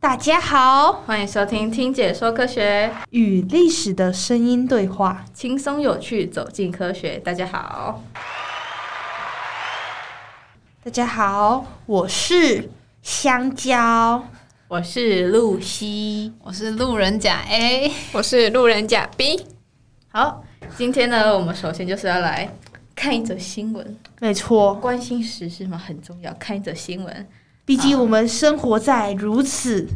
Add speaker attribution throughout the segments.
Speaker 1: 大家好，
Speaker 2: 欢迎收听《听姐说科学》，
Speaker 1: 与历史的声音对话。
Speaker 2: 轻松有趣走进科学。大家好，
Speaker 1: 大家好，我是香蕉。
Speaker 2: 我是露西。
Speaker 3: 我是路人甲 A，
Speaker 4: 我是路人甲 B，
Speaker 2: 好，今天呢，我们首先就是要来看一则新闻，
Speaker 1: 没错，
Speaker 2: 关心时事嘛很重要，看一则新闻。
Speaker 1: 毕竟我们生活在如此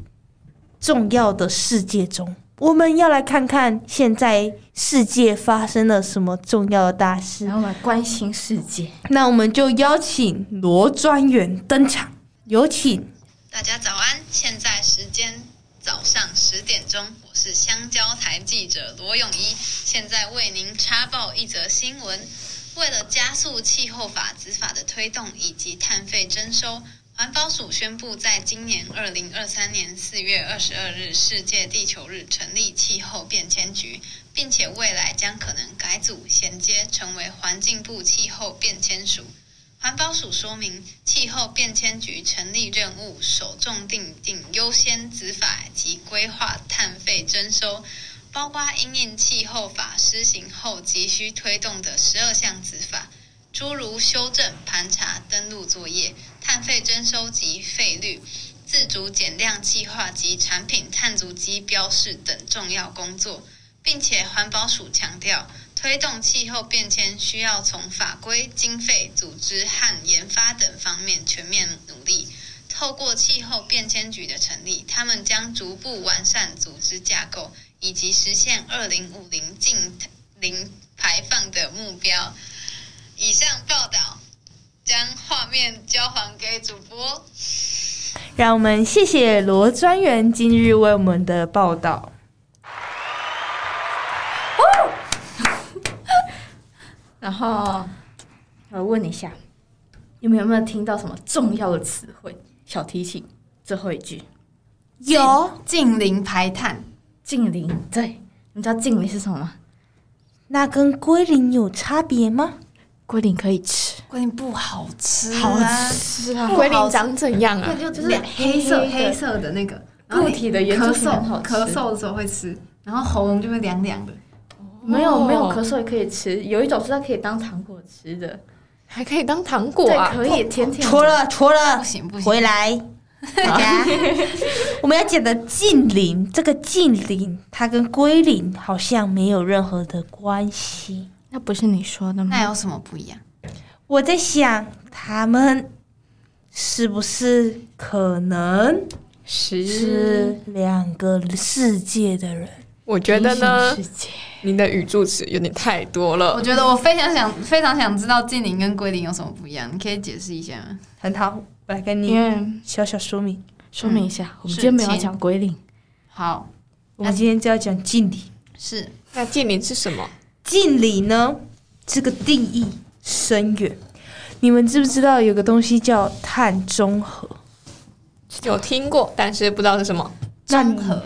Speaker 1: 重要的世界中，我们要来看看现在世界发生了什么重要的大事
Speaker 2: 然。后我们来关心世界。
Speaker 1: 那我们就邀请罗专员登场，有请。
Speaker 5: 大家早安，现在时间早上十点钟，我是香蕉台记者罗永一，现在为您插报一则新闻。为了加速气候法执法的推动以及碳费征收，环保署宣布在今年二零二三年四月二十二日世界地球日成立气候变迁局，并且未来将可能改组衔接成为环境部气候变迁署。环保署说明，气候变迁局成立任务首重定定优先执法及规划碳费征收，包括因应气候法施行后急需推动的十二项执法，诸如修正、盘查、登录作业、碳费征收及费率、自主减量计划及产品碳足迹标示等重要工作，并且环保署强调。推动气候变迁需要从法规、经费、组织和研发等方面全面努力。透过气候变迁局的成立，他们将逐步完善组织架构，以及实现二零五零净零排放的目标。以上报道将画面交还给主播。
Speaker 1: 让我们谢谢罗专员今日为我们的报道。
Speaker 2: 然后
Speaker 3: 哦
Speaker 2: 我问一下，你们有没有听到什么重要的词汇？小提醒，最后一句
Speaker 1: 有
Speaker 3: 近零排碳，
Speaker 2: “近邻”。对，你们知道“近邻”是什么吗？
Speaker 1: 那跟归零有差别吗？
Speaker 2: 龟苓可以吃，
Speaker 3: 龟苓不好吃、啊，
Speaker 2: 吃啊
Speaker 4: 龟苓长怎样啊
Speaker 2: 对，？就就是
Speaker 3: 脸黑色
Speaker 2: 黑
Speaker 3: 黑
Speaker 2: 的
Speaker 3: 色的那个，然后
Speaker 2: 固
Speaker 3: 你
Speaker 2: 体的圆
Speaker 3: 咳
Speaker 2: 珠笔很好
Speaker 3: 嗽
Speaker 2: 吃
Speaker 3: 咳嗽的时候会吃，然后喉咙就会凉凉的。
Speaker 2: 没
Speaker 4: 哦
Speaker 2: 有
Speaker 3: 哦
Speaker 2: 没有咳嗽也可以吃，有一种是它可以当糖果吃的，
Speaker 4: 还可以当糖果啊？
Speaker 2: 对，可以甜甜
Speaker 1: 除
Speaker 2: 的。
Speaker 1: 了除了
Speaker 3: 不行不行
Speaker 1: 回来， 大家， 我们要讲的近邻，这个近邻它跟归零好像没有任何的关系。
Speaker 2: 那不是你说的
Speaker 3: 那有什么不一样？
Speaker 1: 我在想，他们是不是可能是两个世界的人？
Speaker 4: 我觉得呢
Speaker 2: 世，界
Speaker 4: 你的语助词有点太多
Speaker 3: 我
Speaker 4: 了。
Speaker 3: 觉得我非常想非常想知道近邻跟龟苓有什么不一样，你可以解释一下吗？
Speaker 1: 很好，我来跟
Speaker 2: 因
Speaker 1: 你
Speaker 2: 为
Speaker 1: 小小说明。
Speaker 2: 说明一下，我们
Speaker 3: 是
Speaker 2: 今天没有要
Speaker 3: 请
Speaker 2: 讲归零，
Speaker 3: 好，
Speaker 1: 我们今天就要讲近邻。
Speaker 3: 是
Speaker 4: 那近邻是什么？
Speaker 1: 近邻呢，这个定义深远。你们知不知道有个东西叫碳中和？
Speaker 4: 有听过，但是不知道是什么。
Speaker 1: 那
Speaker 3: 中
Speaker 1: 你
Speaker 3: 和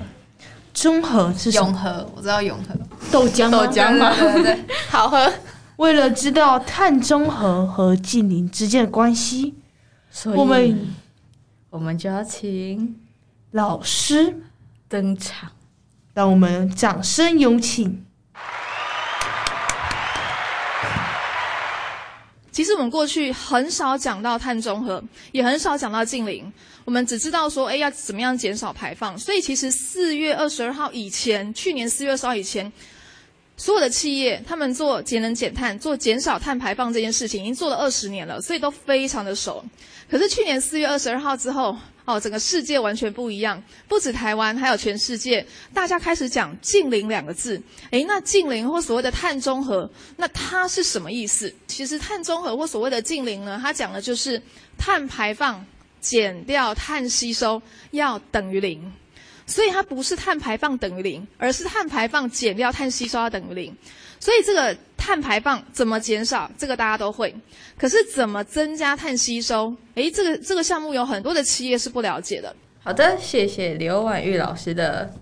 Speaker 1: 中和是什
Speaker 3: 永
Speaker 1: 么？哦
Speaker 3: 和，我知道永和
Speaker 1: 豆浆
Speaker 4: 豆浆吗？
Speaker 3: 对对对 对
Speaker 4: 好喝。
Speaker 1: 为了知道碳中和和近邻之间的关系，
Speaker 2: 所以
Speaker 1: 我们
Speaker 2: 我们就要请
Speaker 1: 老师，
Speaker 2: 登场。
Speaker 1: 让我们掌声有请。
Speaker 6: 其实我们过去很少讲到碳中和，也很少讲到近零，我们只知道说，哎，要怎么样减少排放。所以其实四月二十二号以前，去年四月二十号以前，所有的企业他们做节能减碳、做减少碳排放这件事情，已经做了二十年了，所以都非常的熟。可是去年四月二十二号之后，哦，整个世界完全不一样，不止台湾，还有全世界，大家开始讲“近零”两个字。诶，那近零或所谓的碳中和，那它是什么意思？其实碳中和或所谓的近零呢，它讲的就是碳排放减掉碳吸收要等于零。所以它不是碳排放等于零，而是碳排放减掉碳吸收要等于零。所以这个碳排放怎么减少，这个大家都会。可是怎么增加碳吸收？诶，这个这个项目有很多的企业是不了解的。
Speaker 2: 好的，谢谢刘婉玉老师的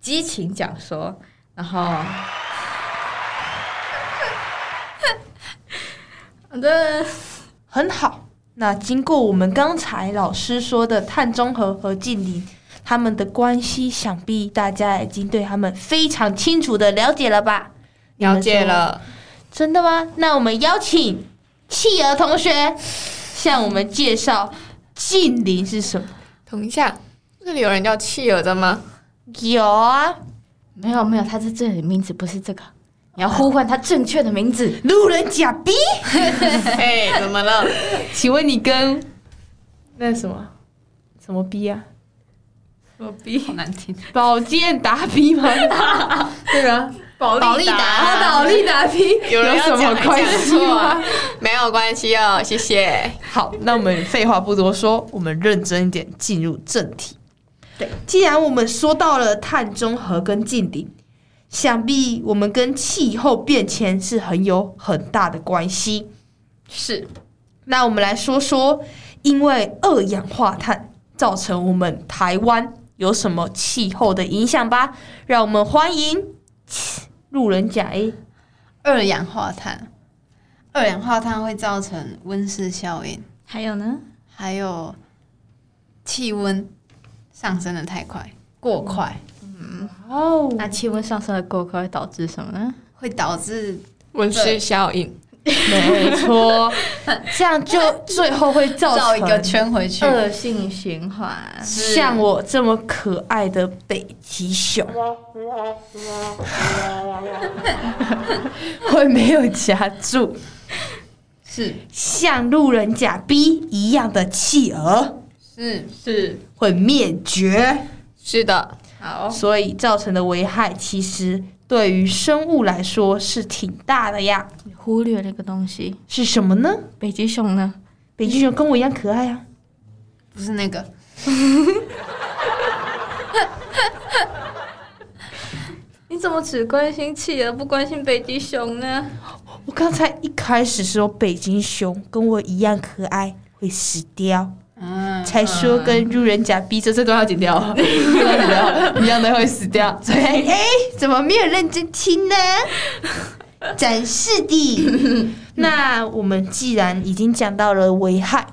Speaker 2: 激情讲说，然后。 好的，
Speaker 1: 很好。那经过我们刚才老师说的碳中和和近邻，他们的关系，想必大家已经对他们非常清楚的了解了吧？
Speaker 4: 了解了，
Speaker 1: 真的吗？那我们邀请企鹅同学向我们介绍近邻是什么？
Speaker 4: 等一下，这里有人叫企鹅的吗？
Speaker 1: 有啊，
Speaker 2: 没有没有，他在这里名字不是这个，你要呼唤他正确的名字。
Speaker 1: 路人甲 B。
Speaker 4: 嘿，怎么 了？
Speaker 1: 请问你跟那什么什么 B 啊？
Speaker 5: 我逼好难听，
Speaker 1: 宝剑打 B 吗？ 对啊吧？
Speaker 5: 保利达，
Speaker 1: 宝利达 B
Speaker 4: 有人
Speaker 1: 什
Speaker 4: 要
Speaker 1: 么
Speaker 4: 讲啊
Speaker 1: 关系吗？？
Speaker 4: 没有关系哦，谢谢。
Speaker 1: 好，那我们废话不多说，我们认真一点进入正题。对，既然我们说到了碳中和跟近邻，想必我们跟气候变迁是很有很大的关系。
Speaker 5: 是
Speaker 1: 那我们来说说，因为二氧化碳造成我们台湾有什么气候的影响吧？让我们欢迎路人甲 A。
Speaker 5: 二氧化碳，二氧化碳会造成温室效应，
Speaker 2: 还有呢？
Speaker 5: 还有气温上升的太快，过快
Speaker 1: 哦，
Speaker 2: 那气温上升的过快会导致什么呢？
Speaker 5: 会导致
Speaker 4: 温室效应，
Speaker 1: 没 错，这样就最后会造
Speaker 5: 绕
Speaker 1: 成
Speaker 5: 一个圈回去。
Speaker 2: 恶性循环。
Speaker 5: 是
Speaker 1: 像我这么可爱的北极熊， 会没有夹住，
Speaker 5: 是
Speaker 1: 像路人甲 B 一样的企鹅
Speaker 5: 是是，
Speaker 1: 会灭绝，
Speaker 4: 是的，
Speaker 2: 好，
Speaker 1: 所以造成的危害其实对于生物来说是挺大的呀。
Speaker 2: 你忽略那个东西。
Speaker 1: 是什么呢？
Speaker 2: 北极熊呢？
Speaker 1: 北极熊跟我一样可爱啊！
Speaker 5: 不是那个
Speaker 2: 你怎么只关心企鹅，不关心北极熊呢？
Speaker 1: 我刚才一开始说北极熊跟我一样可爱会死掉，
Speaker 5: 嗯
Speaker 1: 才说跟路人甲 B 这这都要剪掉， 一样的会死掉。所以 哎，怎么没有认真 听呢？展示 的。那我们既然已经讲到了危害，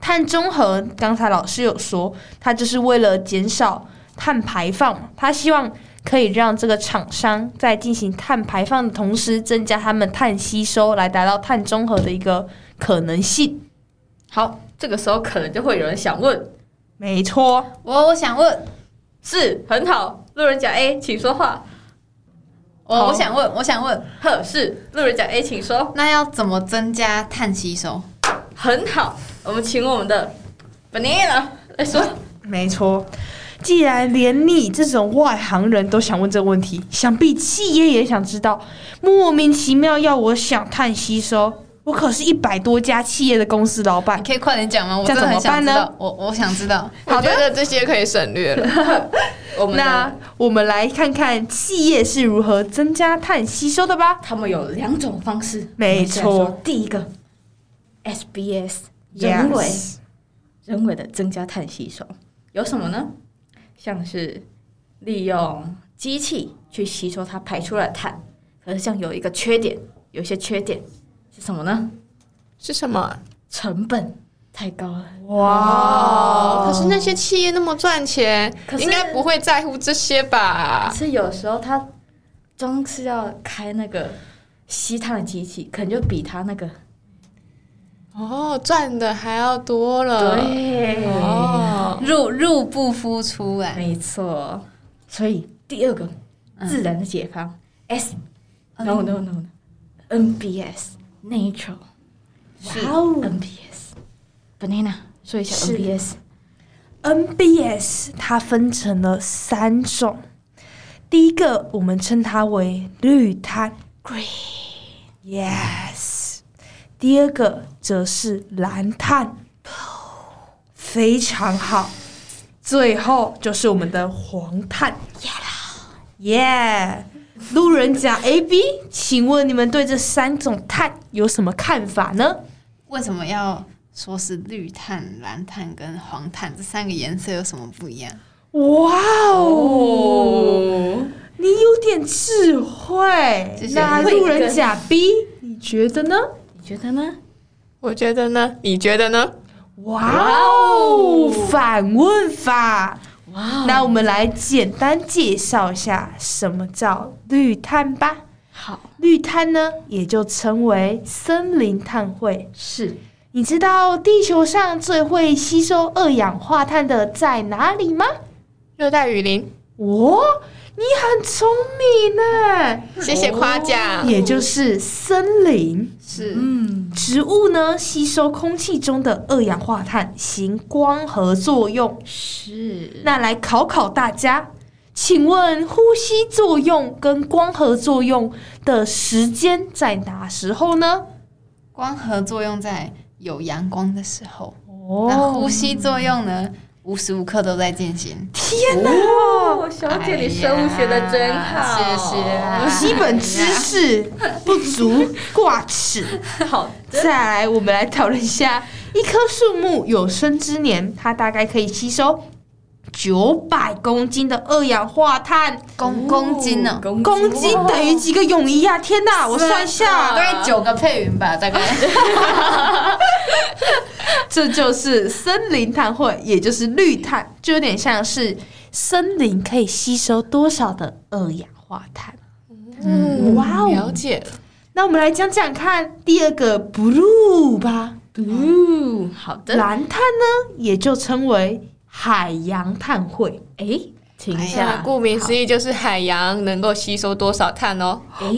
Speaker 1: 碳中和，刚才老师有说，它就是为了减少碳排放嘛，他希望可以让这个厂商在进行碳排放的同时，增加他们碳吸收，来达到碳中和的一个可能性。
Speaker 2: 好，这个时候可能就会有人想问，
Speaker 1: 没错，
Speaker 5: 我我想问，
Speaker 2: 是很好，路人甲 A 请说话。
Speaker 5: 我我想问，我想问，
Speaker 2: 呵，是路人甲 A 请说，
Speaker 5: 那要怎么增加碳吸收？
Speaker 2: 很好。我们请我们的 Banana 来说，
Speaker 1: 没错。既然连你这种外行人都想问这个问题，想必企业也想知道。莫名其妙要我想碳吸收，我可是一百多家企业的公司老板
Speaker 5: 你。可以快点讲吗？我真的
Speaker 1: 这
Speaker 5: 很
Speaker 1: 样怎么
Speaker 5: 想
Speaker 1: 办
Speaker 5: 知
Speaker 1: 呢
Speaker 5: 道，我我想知道。
Speaker 4: 我觉得这些可以省略了。
Speaker 2: 我们
Speaker 1: 那
Speaker 2: 的
Speaker 1: 我们来看看企业是如何增加碳吸收的吧。
Speaker 2: 他们有两种方式，
Speaker 1: 没错
Speaker 2: 我们先说第一个 SBS 人为
Speaker 1: Yes
Speaker 2: 人为的增加碳吸收，有什么呢？像是利用机器去吸收它排出来的碳，可是像有一个缺点，有一些缺点是什么呢？
Speaker 4: 是什么？
Speaker 2: 成本太高了。
Speaker 4: 哦，可是那些企业那么赚钱
Speaker 2: 可，是
Speaker 4: 应该不会在乎这些吧
Speaker 2: 可？是有时候它光是要开那个吸碳的机器，可能就比它那个
Speaker 4: 哦，赚的还要多了。
Speaker 2: 呃对，
Speaker 4: 哦，
Speaker 5: 入入不敷出哎、
Speaker 2: 没错。所以第二个自然的解放、s no no no no NBS Nature
Speaker 1: 哇哦
Speaker 2: NBS Banana 说一下
Speaker 1: 是
Speaker 2: NBS
Speaker 1: NBS 它分成了三种，第一个我们称它为绿碳 （green），yes；第二个则是蓝碳 blue，非常好；最后就是我们的黄碳 （yellow），yeah。路人甲 A B，请问你们对这三种碳有什么看法呢？
Speaker 5: 为什么要说是绿碳、蓝碳跟黄碳这三个颜色有什么不一样？
Speaker 1: 哇哦！你有点智慧
Speaker 5: 谢。谢
Speaker 1: 那路人甲 B，你觉得呢？
Speaker 2: 你觉得呢？
Speaker 4: 我觉得呢？你觉得呢？
Speaker 1: 哦哇哦！反问法，那我们来简单介绍一下什么叫绿碳吧。
Speaker 2: 好，
Speaker 1: 绿碳呢，也就称为森林碳汇。
Speaker 2: 是
Speaker 1: 你知道地球上最会吸收二氧化碳的在哪里吗？
Speaker 4: 热带雨林，
Speaker 1: 哦，你很聪明呢，
Speaker 4: 谢谢夸奖。
Speaker 1: 也就是森林。
Speaker 5: 是
Speaker 2: 嗯，
Speaker 1: 植物呢，吸收空气中的二氧化碳，行光合作用。
Speaker 2: 是
Speaker 1: 那来考考大家，请问呼吸作用跟光合作用的时间在哪时候呢？
Speaker 5: 光合作用在有阳光的时候，那
Speaker 1: 哦，
Speaker 5: 呼吸作用呢，无时无刻都在进行。
Speaker 1: 天哪！
Speaker 2: 哦，小姐你生物学的真好，
Speaker 5: 哎呀谢谢啊
Speaker 1: 我基本知识不足，挂齿。
Speaker 2: 好
Speaker 1: 再来，我们来讨论一下，一棵树木有生之年，它大概可以吸收九百公斤的二氧化碳。
Speaker 5: 公公斤呢？
Speaker 2: 哦
Speaker 1: 公斤等于几个泳衣啊？天哪，我算一
Speaker 5: 大
Speaker 1: 下，
Speaker 5: 概九个配云吧，大概。
Speaker 1: 这就是森林碳汇，也就是绿碳，就有点像是森林可以吸收多少的二氧化碳。
Speaker 4: 嗯
Speaker 1: 哇哦
Speaker 4: 了解了。
Speaker 1: 那我们来讲讲看第二个 blue 吧。
Speaker 2: 哦，好的，
Speaker 1: 蓝碳呢，也就称为海洋碳汇。
Speaker 2: 哎，停一
Speaker 4: 那
Speaker 2: 下，
Speaker 4: 顾名思义就是海洋能够吸收多少碳哦。
Speaker 2: 哎，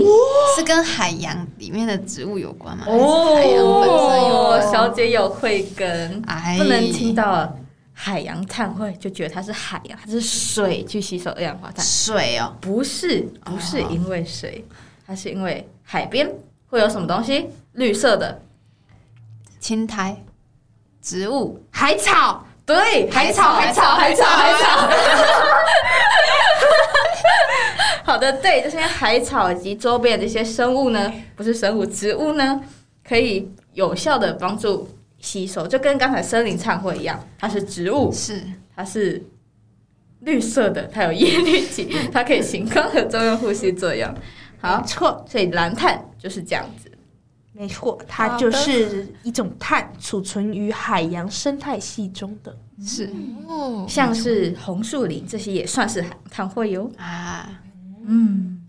Speaker 5: 是跟海洋里面的植物有关吗？还是海洋本身有
Speaker 2: 哦
Speaker 5: 关，
Speaker 2: 小姐有慧根，
Speaker 5: 哎
Speaker 2: 不能听到海洋碳汇就觉得它是海洋，它是水去吸收二氧化碳，
Speaker 5: 水哦，
Speaker 2: 不是，不是
Speaker 5: 哦
Speaker 2: 因为水，它是因为海边会有什么东西绿色的，
Speaker 5: 青苔，植物，
Speaker 1: 海草，
Speaker 2: 对，海草，海
Speaker 5: 海
Speaker 2: 草，
Speaker 5: 草
Speaker 2: 海草，海草。 好的，对，这些海草以及周边的这些生物呢，不是生物，植物呢，可以有效的帮助吸收，就跟刚才森林忏悔一样，它是植物，
Speaker 5: 是
Speaker 2: 它是绿色的，它有叶绿 体，它可以行光合作用、呼吸作用。好，错，所以蓝碳就是这样子。
Speaker 1: 没错，它就是一种碳，储存于海洋生态系中的。
Speaker 5: 是
Speaker 2: 嗯
Speaker 4: 哦，
Speaker 2: 像是红树林这些也算是碳汇哦哟。
Speaker 5: 啊，
Speaker 2: 嗯，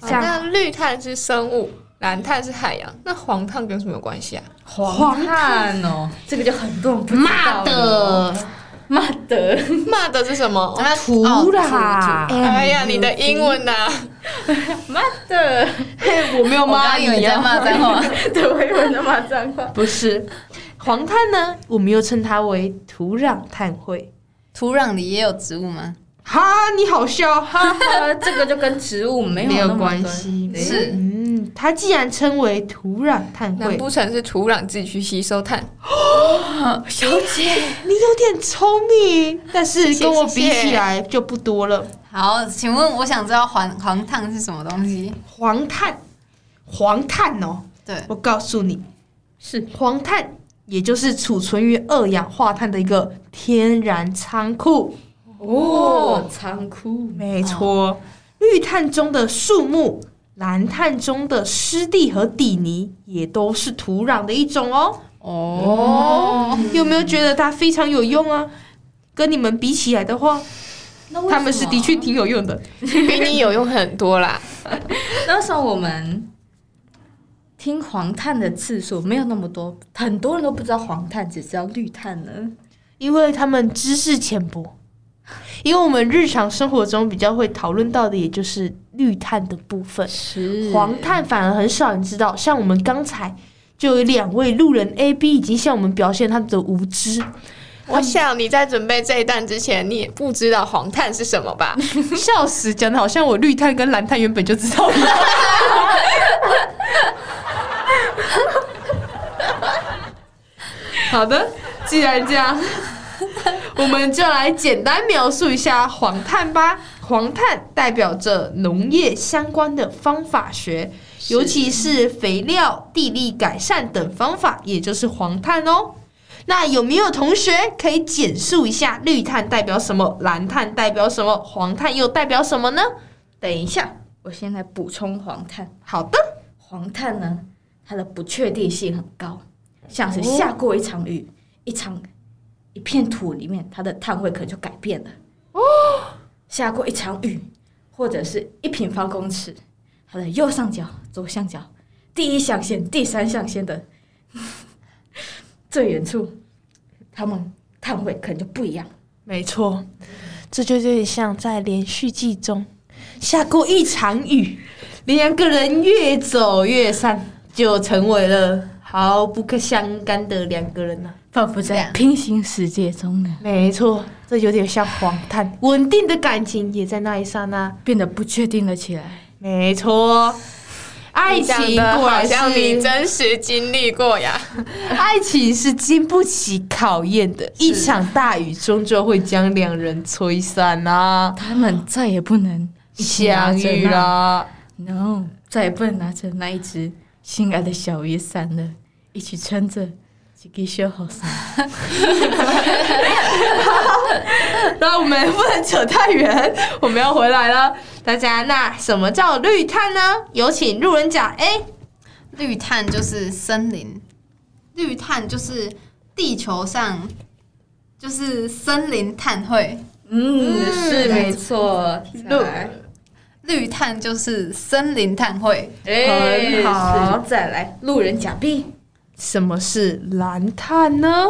Speaker 4: 好
Speaker 1: 像
Speaker 4: 那绿碳是生物，蓝碳是海洋，那黄碳跟什么有关系啊？
Speaker 2: 黄碳哦，这个就很多人不知道
Speaker 1: 妈的，
Speaker 2: 骂的，
Speaker 4: 骂的是什么？
Speaker 5: 那
Speaker 1: 土啦！
Speaker 4: 哎呀，你的英文呐、
Speaker 2: 骂的，
Speaker 1: 嘿，哎我没有
Speaker 2: 哦
Speaker 5: 我刚
Speaker 1: 骂
Speaker 5: 刚以为
Speaker 1: 你
Speaker 5: 你在
Speaker 1: 呀，
Speaker 5: 骂脏话，
Speaker 2: 对，我以为在骂脏话。
Speaker 1: 不是黄碳呢？我们又称它为土壤碳汇。
Speaker 5: 土壤里也有植物吗？
Speaker 1: 哈，你好笑哈！
Speaker 2: 呃，这个就跟植物没有
Speaker 5: 没
Speaker 2: 那
Speaker 5: 有
Speaker 2: 么
Speaker 5: 关
Speaker 2: 多
Speaker 5: 系
Speaker 2: 对
Speaker 5: 是
Speaker 1: 嗯，它既然称为土壤碳
Speaker 4: 难
Speaker 1: 汇，
Speaker 4: 不成是土壤自己去吸收碳？
Speaker 2: 小姐，
Speaker 1: 你有点聪明，但是
Speaker 4: 谢
Speaker 1: 跟我
Speaker 4: 谢
Speaker 1: 比
Speaker 4: 谢
Speaker 1: 起来就不多了。
Speaker 5: 好，请问我想知道黄黄糖是什么东西？
Speaker 1: 黄碳，黄碳哦，
Speaker 5: 对，
Speaker 1: 我告诉你，
Speaker 2: 是
Speaker 1: 黄碳，也就是储存于二氧化碳的一个天然仓库。
Speaker 2: 哦，仓库
Speaker 1: 没错，
Speaker 5: 哦
Speaker 1: 绿碳中的树木，蓝碳中的湿地和底泥，也都是土壤的一种哦。
Speaker 5: 哦，
Speaker 1: 有没有觉得它非常有用啊？跟你们比起来的话，他们是的确挺有用的。
Speaker 4: 比你有用很多 啦。
Speaker 2: 那时候我们听黄碳的次数没有那么多，很多人都不知道黄碳，只知道绿碳呢。
Speaker 1: 因为他们知识浅薄，因为我们日常生活中比较会讨论到的，也就是绿碳的部分。
Speaker 2: 是
Speaker 1: 黄碳反而很少人知道，像我们刚才就有两位路人 A、B 已经向我们表现他们的无知，
Speaker 4: 我想你在准备这一段之前，你也不知道黄碳是什么吧？
Speaker 1: 笑死，讲的好像我绿碳跟蓝碳原本就知道一样。好的，既然这样，我们就来简单描述一下黄碳吧。黄碳代表着农业相关的方法学，尤其是肥料、地力改善等方法，也就是黄碳哦。那有没有同学可以简述一下绿碳代表什么，蓝碳代表什么，黄碳又代表什么呢？
Speaker 2: 等一下，我先来补充黄碳。
Speaker 1: 好的，
Speaker 2: 黄碳呢，它的不确定性很高，像是下过一场雨，一场一片土里面，它的碳汇可能就改变了。
Speaker 1: 哦，
Speaker 2: 下过一场雨，或者是一平方公尺，它的右上角、左上角、第一象限、第三象限的 最远处，它们碳位可能就不一样。
Speaker 1: 没错，这就有点像在连续剧中下过一场雨，两个人越走越散，就成为了毫不可相干的两个人啊了。
Speaker 2: 仿佛在平行世界中呢，
Speaker 1: 没错，这有点像荒诞，稳定的感情也在那一刹那。
Speaker 2: 变得不确定了起来。
Speaker 1: 没错，爱情
Speaker 4: 你讲得
Speaker 1: 果
Speaker 4: 好
Speaker 1: 然
Speaker 4: 像你
Speaker 1: 是
Speaker 4: 真实经历过呀。
Speaker 1: 爱情是经不起考验的，一场大雨终究会将两人吹散啊，
Speaker 2: 他们再也不能一起拿
Speaker 1: 相
Speaker 2: 着
Speaker 1: 遇啊
Speaker 2: 那
Speaker 1: 啦。
Speaker 2: ，no，再也不能拿着那一只心爱的小雨伞了，一起撑着。几个小好伞，
Speaker 1: 那我们不能扯太远，我们要回来了。大家，那什么叫绿炭呢？有请路人甲 A。
Speaker 5: 绿碳就是森林，绿碳就是地球上就是森林碳汇，
Speaker 2: 嗯，是
Speaker 5: 没
Speaker 2: 错，
Speaker 1: 路
Speaker 5: 绿碳就是森林碳汇，
Speaker 1: 很好
Speaker 2: 哎是再来路人甲 B，
Speaker 1: 什么是蓝炭呢？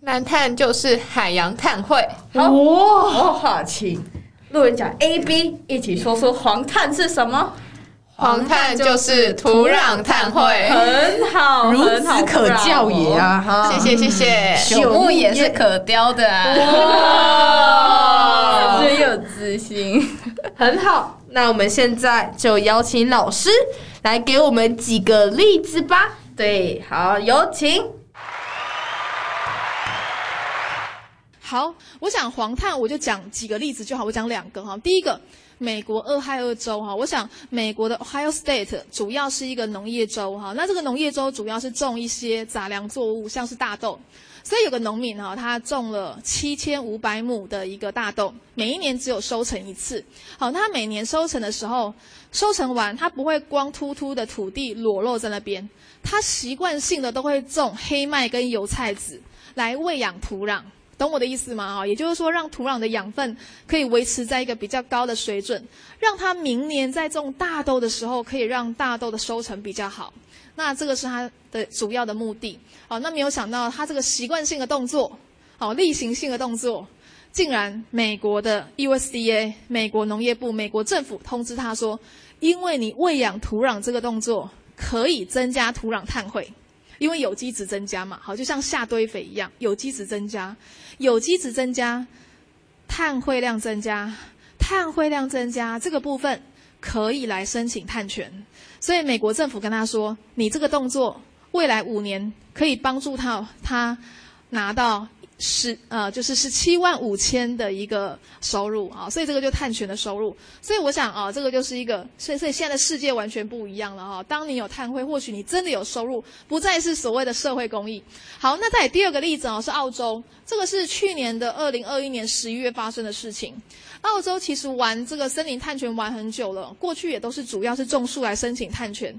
Speaker 4: 蓝碳就是海洋碳汇，
Speaker 2: 好
Speaker 1: 哦，
Speaker 2: 哦好，请路人甲 A B 一起说说黄炭是什么？
Speaker 4: 黄碳就是土壤碳汇。
Speaker 2: 很好，
Speaker 1: 孺
Speaker 2: 很好
Speaker 1: 子可教也！啊！哈，
Speaker 4: 谢谢谢谢，
Speaker 5: 朽木也是可雕的啊。
Speaker 2: 哇
Speaker 1: 哇，
Speaker 2: 真有自信。
Speaker 1: 哦 很好。那我们现在就邀请老师来给我们几个例子吧。
Speaker 2: 对，好，有请。
Speaker 6: 好，我讲黄炭，我就讲几个例子就好，我讲两个哈。第一个，美国俄亥俄州哈，我想美国的 Ohio State 主要是一个农业州哈，那这个农业州主要是种一些杂粮作物，像是大豆。所以有个农民哈，他种了七千五百亩的一个大豆，每一年只有收成一次。好，那他每年收成的时候，收成完他不会光秃秃的土地裸露在那边，他习惯性的都会种黑麦跟油菜籽来喂养土壤。懂我的意思吗？哈，也就是说，让土壤的养分可以维持在一个比较高的水准，让它明年在种大豆的时候，可以让大豆的收成比较好。那这个是它的主要的目的。哦，那没有想到它这个习惯性的动作，哦，例行性的动作，竟然美国的 USDA 美国农业部美国政府通知他说，因为你喂养土壤这个动作，可以增加土壤碳汇。因为有机质增加嘛，好，就像下堆肥一样，有机质增加，有机质增加，碳汇量增加，碳汇量增加这个部分可以来申请碳权。所以美国政府跟他说，你这个动作未来五年可以帮助到他拿到十呃就是十七万五千的一个收入啊，所以这个就碳权的收入。所以我想啊，这个就是一个，所以所以现在的世界完全不一样了哈、啊当你有碳汇，或许你真的有收入，不再是所谓的社会公益。好，那再有第二个例子哦，是澳洲，这个是去年的二零二一年十一月发生的事情。澳洲其实玩这个森林碳权玩很久了，过去也都是主要是种树来申请碳权，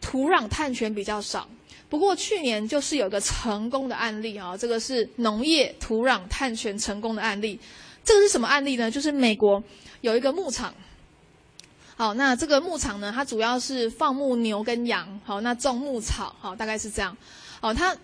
Speaker 6: 土壤碳权比较少。不过去年就是有一个成功的案例啊、这个是农业土壤碳权成功的案例。这个是什么案例呢？就是美国有一个牧场，好，那这个牧场呢，它主要是放牧牛跟羊，好，那种牧草，好，大概是这样。好，它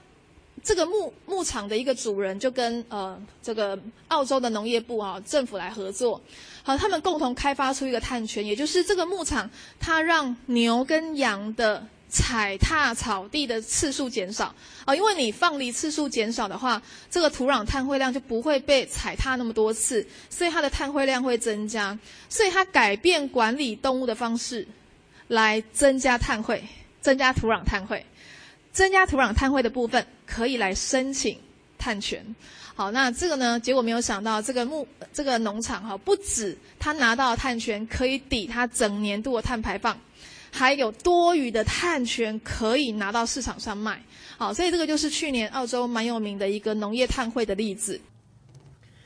Speaker 6: 这个牧牧场的一个主人就跟呃这个澳洲的农业部啊政府来合作，好，他们共同开发出一个碳圈，也就是这个牧场它让牛跟羊的踩踏草地的次数减少啊、因为你放离次数减少的话，这个土壤碳汇量就不会被踩踏那么多次，所以它的碳汇量会增加，所以它改变管理动物的方式，来增加碳汇，增加土壤碳汇，增加土壤碳汇的部分可以来申请碳权。好，那这个呢？结果没有想到，这个木这个农场哈，不止他拿到的碳权可以抵他整年度的碳排放，还有多余的碳权可以拿到市场上卖。好，所以这个就是去年澳洲蛮有名的一个农业碳汇的例子。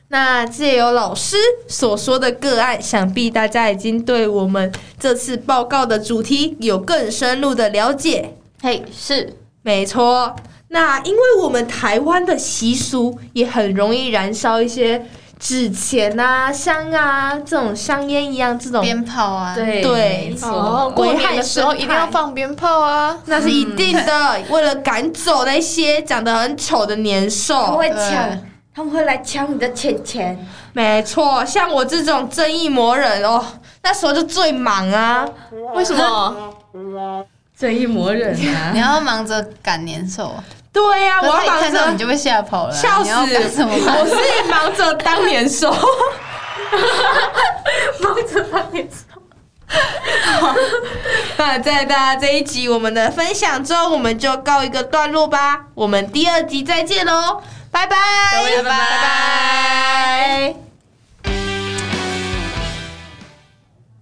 Speaker 1: 那借由老师所说的个案，想必大家已经对我们这次报告的主题有更深入的了解。
Speaker 2: 嘿，是
Speaker 1: 没错，那因为我们台湾的习俗也很容易燃烧一些纸钱啊、香啊这种香烟一样，这种
Speaker 5: 鞭炮啊，，
Speaker 2: 对
Speaker 1: 对
Speaker 2: 没错
Speaker 4: 哦，过年的时候一定要放鞭炮啊！
Speaker 1: 那是一定的。为了赶走那些长得很丑的年
Speaker 2: 他们
Speaker 1: 兽，
Speaker 2: 会
Speaker 5: 对
Speaker 2: 抢，他们会来抢你的钱钱。
Speaker 1: 没错，像我这种正义魔人哦，那时候就最忙啊。
Speaker 4: 为什么？
Speaker 2: 正义魔人啊
Speaker 5: 你！要忙着赶年兽，啊
Speaker 1: 对呀、
Speaker 5: 可
Speaker 1: 啊我
Speaker 5: 是
Speaker 1: 要
Speaker 5: 一看
Speaker 1: 忙
Speaker 5: 到
Speaker 1: 着
Speaker 5: 你就被吓跑了啊，
Speaker 1: 笑
Speaker 5: 你要
Speaker 1: 死！
Speaker 5: 干什么？
Speaker 1: 我是忙着当年兽， 忙着当年兽。 那在大家这一集我们的分享中，我们就告一个段落吧。我们第二集再见喽，拜拜，
Speaker 2: 各位拜拜
Speaker 1: 拜拜